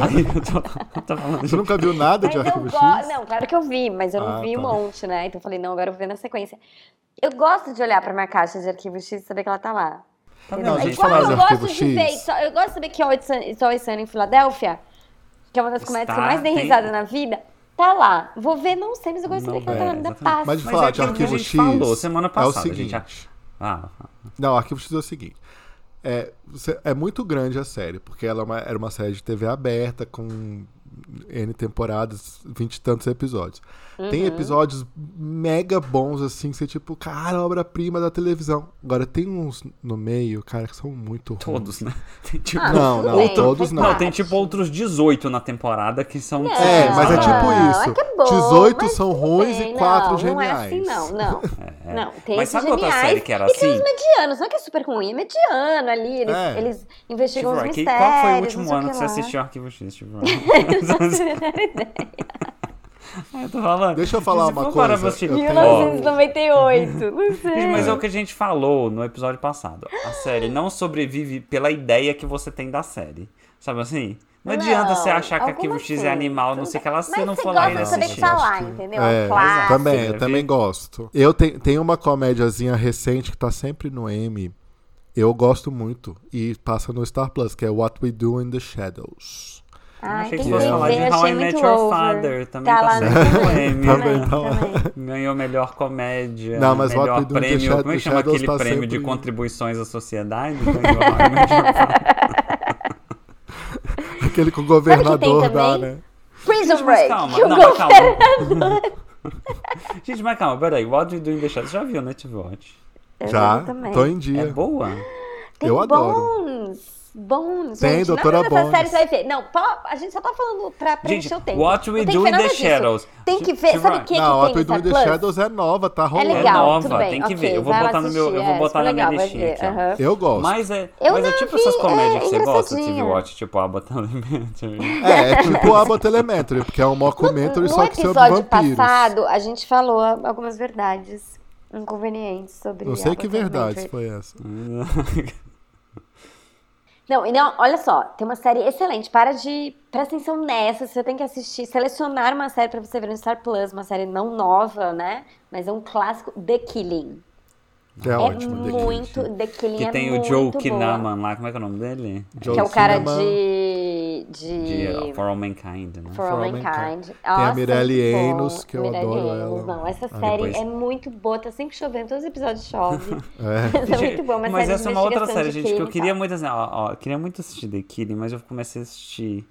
Ai, eu tô- eu tô falando (laughs) Você nunca viu nada Mas de eu Arquivo X? gosto. Não, claro que eu vi, mas eu não Ah, vi um tá. monte, né? Então eu falei, não, agora eu vou ver na sequência. Eu gosto de olhar pra minha caixa de Arquivo X e saber que ela tá lá. Tá Não, vendo, a gente gente? Igual falava eu de gosto Arquivo de X. ver, só- eu gosto de saber que é Always Sun- It's Always Sunny em Filadélfia, que é uma das comédias que eu Está, mais dei tem- risada na vida, tá lá. Vou ver, não sei, mas eu gosto de Não, saber que ela é, tá na exatamente. paz. Mas de Mas falar é de aquilo que a Arquivo gente X. falou semana é passada, o a gente seguinte. Ah, ah, Não, Arquivo X é o seguinte. É, você- é muito grande a série, porque ela é uma- era uma série de TV aberta, com N temporadas, vinte e tantos episódios. Tem episódios mega bons, assim, que você tipo, cara, obra-prima da televisão. Agora, tem uns no meio, cara, que são muito ruins. todos, né? Tem, tipo, Ah, Não, tudo não, bem, todos faz não. Não, parte. tem tipo outros 18 na temporada que são. que são É, mas é tipo saudáveis. Não, isso. acabou, 18 mas são tudo ruins bem, e quatro não, geniais. Não é assim, não, (laughs) não. Não, tem Mas esses sabe outra geniais série que era e tem assim? os medianos, não é que é super ruim, é mediano ali, eles, É. eles investigam Tipo, os Rocky, mistérios, qual foi o não último sei ano que você lá. (laughs) assistiu Arquivo X, tipo? (laughs) eu tô falando. Deixa eu falar Se uma for parar coisa, pra assistir- eu tenho- Ó, 1998, não sei. Gente, mas é o que a gente falou no episódio passado. A série não sobrevive pela ideia que você tem da série. Sabe assim? Não, adianta você achar que alguma Arquivo X é coisa. animal, não Tudo sei o que bem. lá, se você Mas não você for lá e gosta não de saber que assistir. tá lá, entendeu? É um É, clássico. também, né, eu também Vi? gosto. Eu te, tenho uma comédiazinha recente que tá sempre no M. Eu gosto muito. E passa no Star Plus, que é What We Do in the Shadows. Ai, achei tem que que você ia falar de ver, How I achei Met muito Your over. Father. Também Tá tá, lá no certo. também, Prêmio. tá lá. Ganhou melhor comédia. Não, mas melhor What We Do in the prêmio. Shadow- Como é que chama Shadows aquele tá prêmio de sempre- contribuições à (laughs) sociedade? Ganhou How I Met Your Father. Aquele que o governador Sabe que tem dá, também? né? Prison Mas Break. calma, que o não, mas calma. (laughs) Gente, mas calma, peraí. What We Do in the Shadows já viu, né, Tivot? Já. também. Tô em dia. É boa? Tem Eu adoro. Bons, bons. Tem, gente, doutora nada dessa Bones. série você vai ver. Não, pa- a gente só tá falando pra preencher Gente, o tempo. What We Não tem Do que ver in nada the disso. Shadows. Tem que ver, sabe o que, Não, que a tem Tweet no in the Star Plus? Shadows é nova, tá É rolando. legal, nova, tudo bem. tem que ok, ver. Eu vou vai lá botar no meu- eu assistir, vou é, botar na super legal, minha vai listinha ver, aqui, ó. aham. Eu gosto. Mas é, Eu mas é não tipo vi, essas comédias é que você gosta, engraçadinha. TV Watch, tipo Abbott (laughs) Elementary. (laughs) É, é tipo Abbott Elementary, porque é um mockumentary, No só que sobre episódio vampiros. passado, a gente falou algumas verdades inconvenientes sobre. Não sei a que Black verdade Panther. foi essa. Não, e não, olha só, tem uma série excelente. Para de. Presta atenção nessa, você tem que assistir, selecionar uma série pra você ver no Star Plus, uma série não nova, né? Mas é um clássico The Killing. Que é, É, ótimo. The Killing. muito The Killing que é tem o muito Joe boa. Kinnaman lá, como é que é o nome dele? Joe Que é o cara Kinnaman. de. de. De uh, For All Mankind, né? For All Mankind. Tem a Mirelle que bom. Enos, que eu Mirelle adoro Enos, ela. Não, essa Ah, série depois- é muito boa, tá sempre chovendo, todos os episódios chove. (laughs) É. (laughs) Mas é muito boa, uma mas série essa é de uma outra investigação série, de gente, que crime eu tá? e queria tal. muito, assim, ó, ó, eu queria muito assistir The Killing, mas eu comecei a assistir.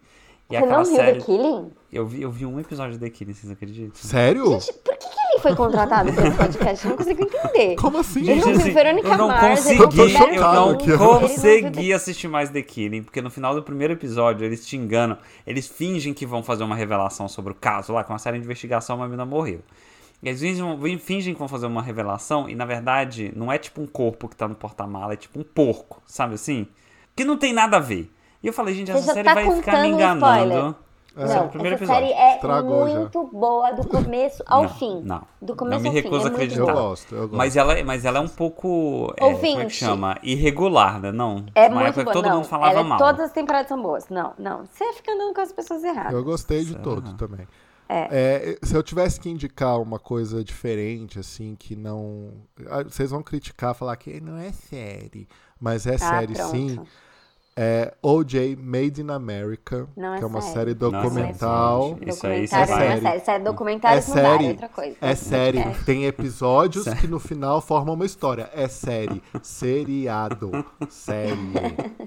E Você não é aquela viu série. The Killing? Eu, vi, eu vi um episódio de The Killing, vocês acreditam? Sério? Gente, por que, que ele foi contratado pra esse podcast? Eu não consigo entender. Como assim? Ele não Gente, viu Verônica eu não Mars, ele não consegui, viu Better eu não Call Saul, ele não viu consegui assistir mais The Killing, porque no final do primeiro episódio eles te enganam, eles fingem que vão fazer uma revelação sobre o caso lá, com uma série de investigação, uma menina morreu. E Eles fingem, fingem que vão fazer uma revelação e, na verdade, não é tipo um corpo que tá no porta-mala, é tipo um porco, sabe assim? Que não tem nada a ver. E eu falei, gente, Você essa já série tá vai ficar me contando um spoiler. enganando. Esse é Não, o primeiro essa episódio. série é Estragou já. muito boa do começo ao Não, fim. não. Do Não começo me ao fim. é recuso a muito acreditar. Eu boa. gosto, eu gosto. Mas ela, é- mas ela é um pouco. É, como é que Ouvinte. chama? Irregular, né? Não. É Uma muito época boa. que todo não, mundo falava ela- é mal. Todas as temporadas são boas. Não, não. Você fica andando com as pessoas erradas. Eu gostei de Será? todo também. É, se eu tivesse que indicar uma coisa diferente, assim, que não. Ah, Vocês vão criticar, falar que não é série, mas é Ah, série pronto. sim. É OJ Made in America, Não é que é uma série. série Não é documental. série, Isso aí, Documentário isso não é é série. série. Documentário É não dá, é série. outra coisa. É série. Tem episódios que no final formam uma história. É série. Seriado. Série. (laughs)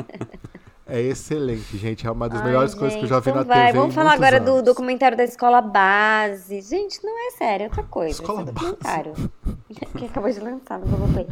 É excelente, gente. É uma das Ai, melhores coisas que eu já vi gente, na então vai. TV. em Vamos falar muitos agora do anos. documentário da escola base. Gente, não é sério, é outra coisa. Escola esse é Base. documentário. (laughs) que acabou de lançar no Globoplay.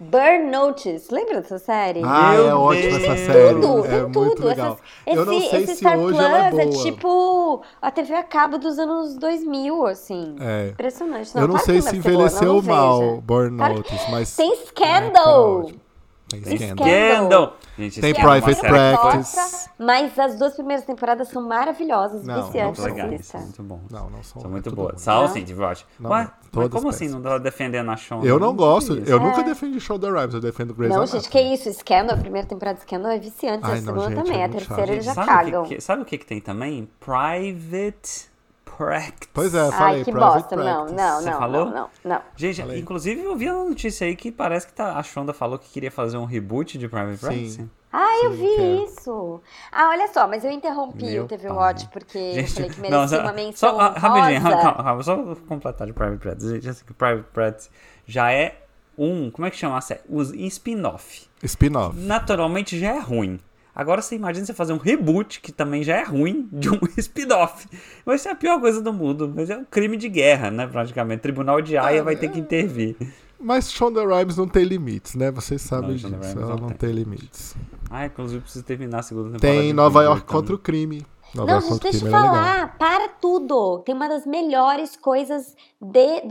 Burn Notice. Lembra dessa série? Ah, é Meu ótima essa Deus. série. tudo, é tem muito tudo. legal. Essas- eu não esse, sei esse se Star hoje Plus ela é boa. tipo a TV a cabo dos anos 2000, assim. É. Impressionante. eu não claro sei que vai se ser boa, envelheceu não, não mal veja. Burn Claro Notice, mas Tem Cara, Scandal! ótimo. tem Tem Scandal. Scandal. Scandal. Gente, Tem isso é uma Private série que foi- Practice. mas as duas primeiras temporadas são maravilhosas, Não, não viciantes. Muito legais, assista. são muito bons. Não, não são. São é muito tudo boas. bom. Sal, Não. sim, Watch. Não, Ué, mas todas como assim? péssimas. Não tava defendendo a Sean? Eu não gosto. entendi Eu né? isso. nunca defendi Shoulder Rhymes, eu defendo Grey's É. Não, Anatomy. gente, que isso? Scandal, a primeira temporada de Scandal é viciante, Ai, a não, segunda gente, também, é a muito terceira chato. eles já sabe o que cagam. que, sabe o que, que tem também? Private Practice. Pois é, eu falei, Ai, que Private bosta. Não, Practice. não, Você não, falou? não, não, não. Gente, Falei. inclusive eu vi uma notícia aí que parece que tá, a Shonda falou que queria fazer um reboot de Private Sim. Practice. Ah, eu Sim, vi quero. isso. Ah, olha só, mas eu interrompi Meu o TV pai. Watch porque eu falei que merecia não, só- uma menção Só, ah, rapidinho, honrosa. calma, calma, só vou completar de Private Practice. Gente, assim, que Private Practice já é um, como é que chama a série? Os- Em spin-off. Spin-off. Naturalmente já é ruim. Agora você imagina você fazer um reboot, que também já é ruim, de um (laughs) spin-off. Vai ser a pior coisa do mundo, mas é um crime de guerra, né, praticamente. Tribunal de Haia vai Ah, é. ter que intervir. Mas Shonda Rhimes não tem limites, né? Vocês sabem Não, disso. Shonda Rhimes Ela não não tem. tem limites. Ah, inclusive preciso terminar a segunda temporada. Tem de Nova Bridgerton. York contra o crime. Nova Não, York gente, contra o deixa crime eu era é legal. falar. Para tudo. Tem uma das melhores coisas de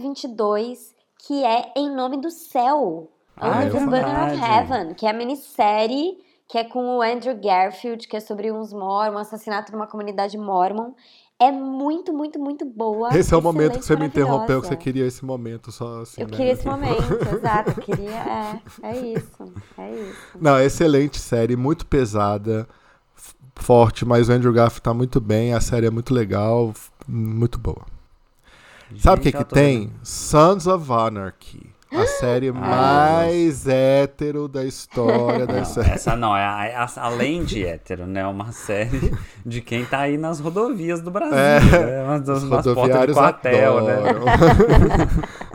2022, que é Em Nome do Céu. Ah, é Under the Banner of verdade. Heaven, que é a minissérie que é com o Andrew Garfield, que é sobre uns mormons, um assassinato numa comunidade mormon. É muito, muito, muito boa. Esse é o momento que você excelente, me interrompeu, que você maravilhosa. queria esse momento só assim. Eu né? queria esse momento, (laughs) exato. Eu queria. É, é isso. É isso. Não, excelente série, muito pesada, f- forte, mas o Andrew Garfield tá muito bem, a série é muito legal, f- muito boa. Sabe o que Gente, que eu tô Ah, tem? Sons of Anarchy. A (gasps) série mais hétero da história das Não, séries. essa não, é, a- é a- além de hétero, né? É uma série de quem tá aí nas rodovias do Brasil. É, né? Nas, nas Os portas de rodoviários quartel, né? adoram.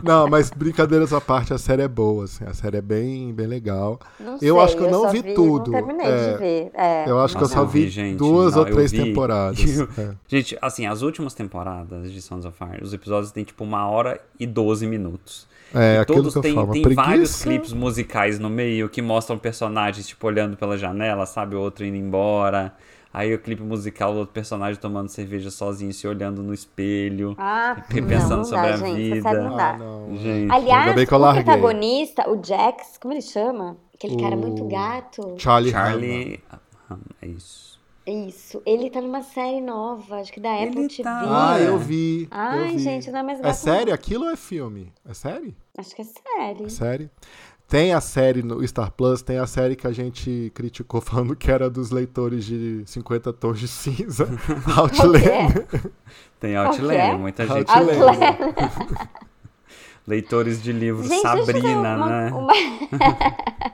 (laughs) Não, mas brincadeiras à parte, a série é boa, assim, a série é bem, bem legal. Não Eu sei, acho que eu não só vi Não tudo. terminei É, de ver. É. Eu acho que eu Nossa, só eu vi, vi, gente. duas Não, ou eu três vi. (laughs) temporadas. É. Gente, assim, as últimas temporadas de Sons of Fire, os episódios têm tipo uma hora e 12 minutos. É, E aquilo todos que eu têm, falo, uma têm preguiça. vários clipes musicais no meio que mostram personagens, tipo, olhando pela janela, sabe? O outro indo embora. Aí o clipe musical do outro personagem tomando cerveja sozinho, se olhando no espelho. Ah, Fiquei não, pensando não sobre dá, a gente, vida. Essa série não dá. Ah, não. Gente. Aliás, Ainda bem que eu o larguei. protagonista, o Jax, como ele chama? Aquele cara O- muito gato. Charlie, Hunnam. Charlie. Ah, É isso. Isso, ele tá numa série nova, acho que da Ele Apple TV. tá- Ah, Olha. eu vi. é. Ai, eu vi. gente, não é mais É gato, não. série? Aquilo ou é filme? É série? Acho que é série. É série? Tem a série no Star Plus, tem a série que a gente criticou (laughs) falando que era dos leitores de 50 tons de (laughs) cinza. (laughs) Outlander. Qual Tem que é? Outlander, muita gente. Outlander. Leitores de livros Gente, deixa eu fazer Sabrina, uma, né? uma- (laughs)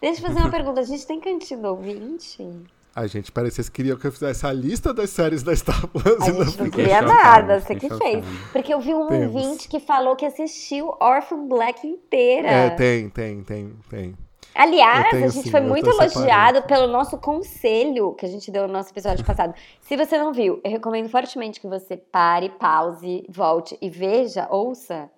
Deixa eu fazer uma pergunta. A gente tem cantido ouvinte? Ai, gente, parece que vocês queriam que eu fizesse a lista das séries da Star Plus. A e gente não não fiz. fiquei queria chocado, nada, você fiquei que fez. chocado. Porque eu vi um Temos. ouvinte que falou que assistiu Orphan Black inteira. É, tem, tem, tem, tem. Aliás, Eu tenho a gente sim, foi eu muito tô elogiado separando. pelo nosso conselho que a gente deu no nosso episódio passado. Se você não viu, eu recomendo fortemente que você pare, pause, volte e veja, ouça,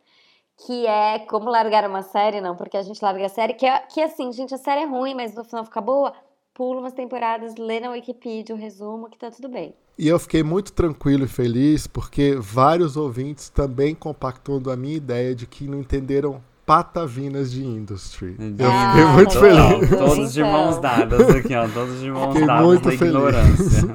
que é como largar uma série, não, porque a gente larga a série, que, é, que assim, gente, a série é ruim, mas no final fica boa. Pula umas temporadas, lê na Wikipedia o resumo, que tá tudo bem. E eu fiquei muito tranquilo e feliz porque vários ouvintes também compactuando a minha ideia de que não entenderam patavinas de industry. Eu Ah, fiquei muito tá feliz. bom. Todos de Então. mãos dadas aqui, ó. Todos de mãos Fiquei dadas muito da feliz. ignorância.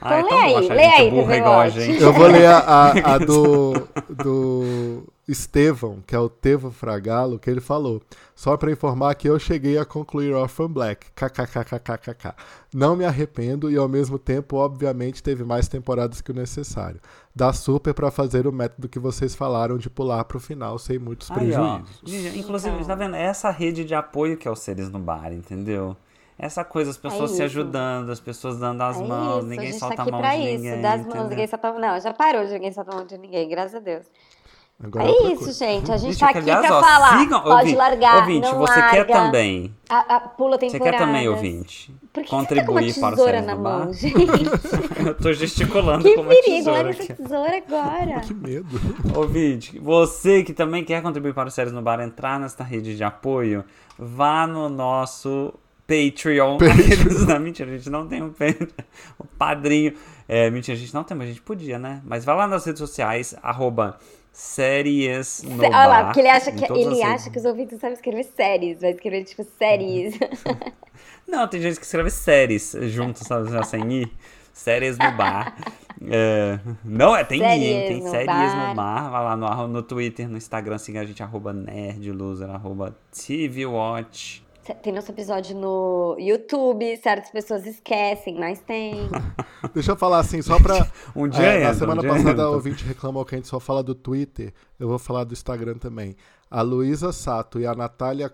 Ah, Então é tão lê bom aí, achar lê gente aí, burra TV igual a Watch. gente. Eu vou ler a, a- (laughs) a do, do Estevão, que é o Tevo Fragalo, que ele falou. Só pra informar que eu cheguei a concluir Orphan Black. KKKKKKK. Não me arrependo e ao mesmo tempo, obviamente, teve mais temporadas que o necessário. Dá super pra fazer o método que vocês falaram de pular pro final sem muitos Aí, ó. prejuízos. Gente, Inclusive, Então. tá vendo? É Essa rede de apoio que é os seres no bar, entendeu? Essa coisa, as pessoas se É isso. ajudando, as pessoas dando as é mãos, isso, a ninguém gente solta tá a aqui mão pra de isso. ninguém. das mãos, entendeu? ninguém solta a mão. Não, já parou de ninguém solta a mão de ninguém, graças a Deus. Agora É outra isso, coisa. gente. A gente Gente, é tá que, aqui aliás, pra ó, falar. sigam- Pode ouvinte, largar, Ouvinte, não você larga. quer também. A, a pula Você temporada. quer também, ouvinte? Por que você tá com uma Contribuir para o tesoura Séries na no Bar? mão, gente? (laughs) Eu tô (laughs) gesticulando que com uma perigo, tesoura olha aqui. essa tesoura agora. Que medo. (laughs) Ouvinte, você que também quer contribuir para o Séries no Bar, entrar nesta rede de apoio, vá no nosso Patreon. (laughs) Aqueles- Não, mentira, a gente não tem um Patreon. O padrinho. É, mentira, a gente não tem, mas a gente podia, né? Mas vá lá nas redes sociais, arroba séries no Olha lá, Bar, porque ele acha em que, é, todas as ele redes. acha que os ouvintes não sabem escrever séries. Vai escrever, tipo, séries. Uhum. (laughs) Não, tem gente que escreve séries junto, sabe? já Sem i. Séries no bar. É, não, é, tem i, hein? Séries Tem no séries bar. no bar. Vai lá no, arro- no Twitter, no Instagram, siga a gente, arroba nerdloser, arroba tvwatch. Tem nosso episódio no YouTube, certas pessoas esquecem, mas (laughs) tem. Deixa eu falar assim, só pra. Um dia é, na entra, semana um dia passada, entra. a ouvinte reclamou que a gente só fala do Twitter. Eu vou falar do Instagram também. A Luísa Sato e a Natália,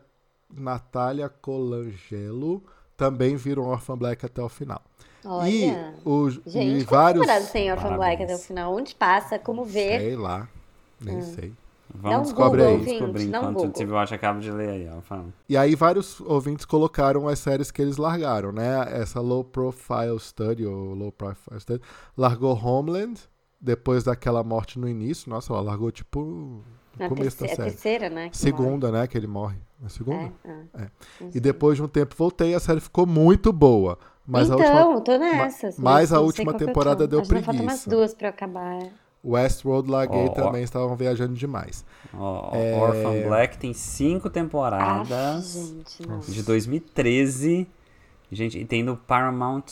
Natália Colangelo também viram Orphan Black até o final. Olha. E, o, Gente, vários... e vários. temporadas tem Orphan Parabéns. Black até o final? Onde passa? Como ver? Ah. Sei lá, nem sei. Dá um Vamos descobrir, Google, ouvinte, descobrir dá um enquanto Google. o TV Watch acaba de ler aí, ó. Fala. E aí vários ouvintes colocaram as séries que eles largaram, né? Essa Low Profile Study, ou Low Profile Study, largou Homeland, depois daquela morte no início. Nossa, ela largou tipo Na no começo da terceira, a série. terceira, né? que Segunda, né, que ele morre. Na morre. segunda? É, é. E depois de um tempo voltei, a série ficou muito boa. Mas então, a última, eu tô assim, nessas. ma- mas a não sei última qual que eu temporada tô. deu Acho que ainda Falta umas preguiça. duas pra eu acabar. Westworld larguei Ó, ó. também, estavam viajando demais. Ó, É. Orphan Black tem cinco Ah, temporadas gente, não. de 2013. Gente, e tem no Paramount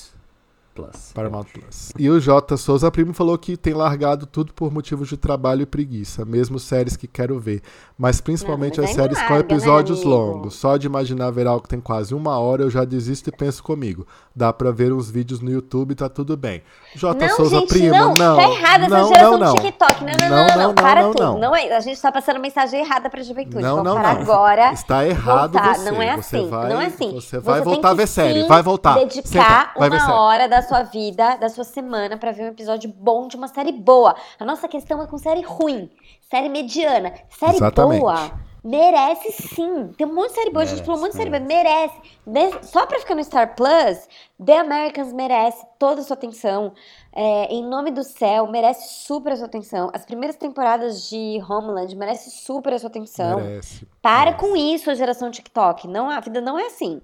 Plus. Paramount Plus. E o J. Souza Primo falou que tem largado tudo por motivos de trabalho e preguiça, mesmo séries que quero ver. Mas principalmente Não, mas as aí séries com larga, né, episódios amigo? longos. Só de imaginar ver algo que tem quase uma hora, eu já desisto e penso comigo. Dá pra ver uns vídeos no YouTube, tá tudo bem. J. Não, Souza gente, Primo, não, não. tá errada essa não, geração não, do não. TikTok. Não, não, não, não, não, para tudo. Não. é, a gente tá passando mensagem errada pra juventude. Não, Vamos não, parar não. agora. Está errado É voltar. você. Não é Você assim. vai- não é assim. você vai tem voltar a que ver série, sim vai voltar. Dedicar Senta, vai ver uma série. hora da sua vida, da sua semana, pra ver um episódio bom de uma série boa. A nossa questão é com série ruim, série mediana, série Exatamente. boa. Merece sim. Tem um monte de série boa, a gente Merece, falou um monte de série boa. merece. Merece. Des- Só pra ficar no Star Plus, The Americans merece toda a sua atenção. É, em Nome do Céu merece super a sua atenção. As primeiras temporadas de Homeland merece super a sua atenção. Merece. Para Nossa. com isso, a geração TikTok. Não, a vida não é assim.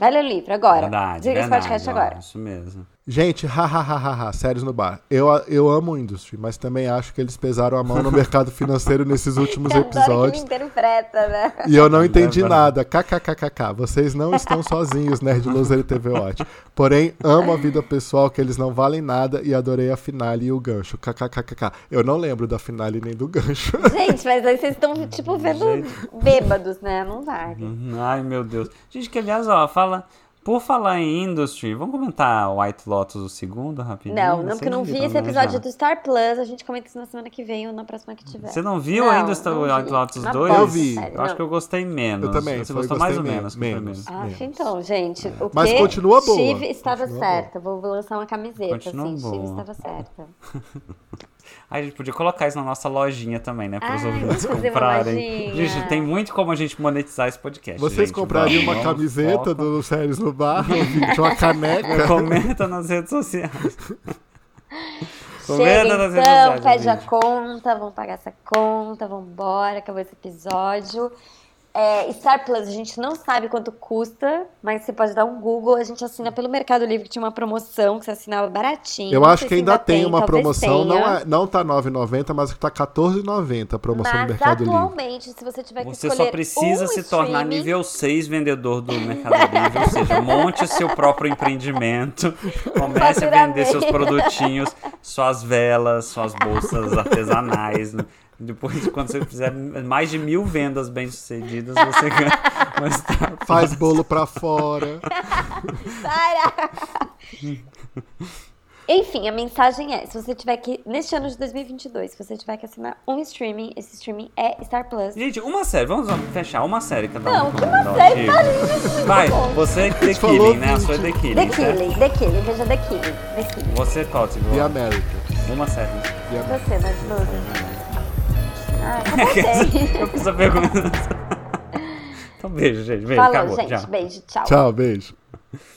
Vai ler o livro agora. Verdade, Desliga verdade, esse podcast ó, agora. Isso mesmo. Gente, hahaha, séries no bar. Eu, eu amo o Industry, mas também acho que eles pesaram a mão no mercado financeiro nesses últimos (laughs) Eu adoro que episódios. me interpreta, né? E eu não entendi Leva. nada. KKKKK. Vocês não estão sozinhos, Nerd Loser e TV Watch. Porém, amo a vida pessoal, que eles não valem nada, e adorei a finale e o gancho. KKKKK. Eu não lembro da finale nem do gancho. (laughs) Gente, mas aí vocês estão, tipo, vendo bêbados, né? Não vale. Uhum, Ai, meu Deus. Gente, que aliás, ó, fala. Por falar em Industry, vamos comentar White Lotus o segundo rapidinho? Não, não, Vocês porque eu não vi viram, esse né, episódio já? do Star Plus. A gente comenta isso na semana que vem ou na próxima que tiver. Você não viu Não, ainda o Star não White vi. Lotus Uma 2? bosta, Eu vi. sério, Eu acho não. que eu gostei menos. Eu também, Você foi- gostou mais gostei ou menos. que menos, foi menos. menos. Ah, Menos. então, gente, o Mas quê? continua boa. Steve estava Continua certa. Vou lançar uma camiseta, Continua assim. Steve boa. estava certa. Aí a gente podia colocar isso na nossa lojinha também, né? Para os Ai, ouvintes vamos fazer uma comprarem. lojinha. Gente, tem muito como a gente monetizar esse É podcast. Vocês gente. comprariam Vamos, uma vamos, camiseta foca. do Séries (laughs) no Bar? ouvinte? Uma caneca? Comenta nas redes sociais. Chega Comenta nas redes então, sociais. pede a gente. conta, vamos pagar essa conta, vamos embora, acabou esse episódio. É, Star Plus, a gente não sabe quanto custa, mas você pode dar um Google, a gente assina pelo Mercado Livre, que tinha uma promoção que você assinava baratinho. Eu Não acho sei que se ainda tem uma talvez promoção, não, tenha. é, não tá 9,90, mas tá 14,90 a promoção do Mas Mercado Livre. atualmente, se você tiver É que Você escolher só precisa um se tornar streaming- nível 6 vendedor do Mercado Livre, ou (laughs) seja, monte o seu próprio empreendimento, comece a vender Faturamento. seus produtinhos, suas velas, suas bolsas artesanais. né? Depois, quando você fizer mais de mil vendas bem-sucedidas, você ganha (laughs) uma Star Plus. Faz bolo (laughs) pra fora. (laughs) Para! Enfim, a mensagem é: se você tiver que, neste ano de 2022, se você tiver que assinar um streaming, esse streaming é Star Plus. Gente, uma série, vamos vamos fechar, uma série cada Não, um. que uma Não, série, tá Diego. Vai, você é The falou Killing, né? A vinte. sua é The Killing, The certo? Killing, The Killing, veja The Killing, The Killing. Você qual, Tibo? E América. Uma série. E América. Você, mais Loser. (laughs) Ah, acabou. Eu fiz a pergunta. (laughs) Então, beijo, gente. Beijo, Falou, acabou. gente. Tchau. Beijo, Tchau, beijo.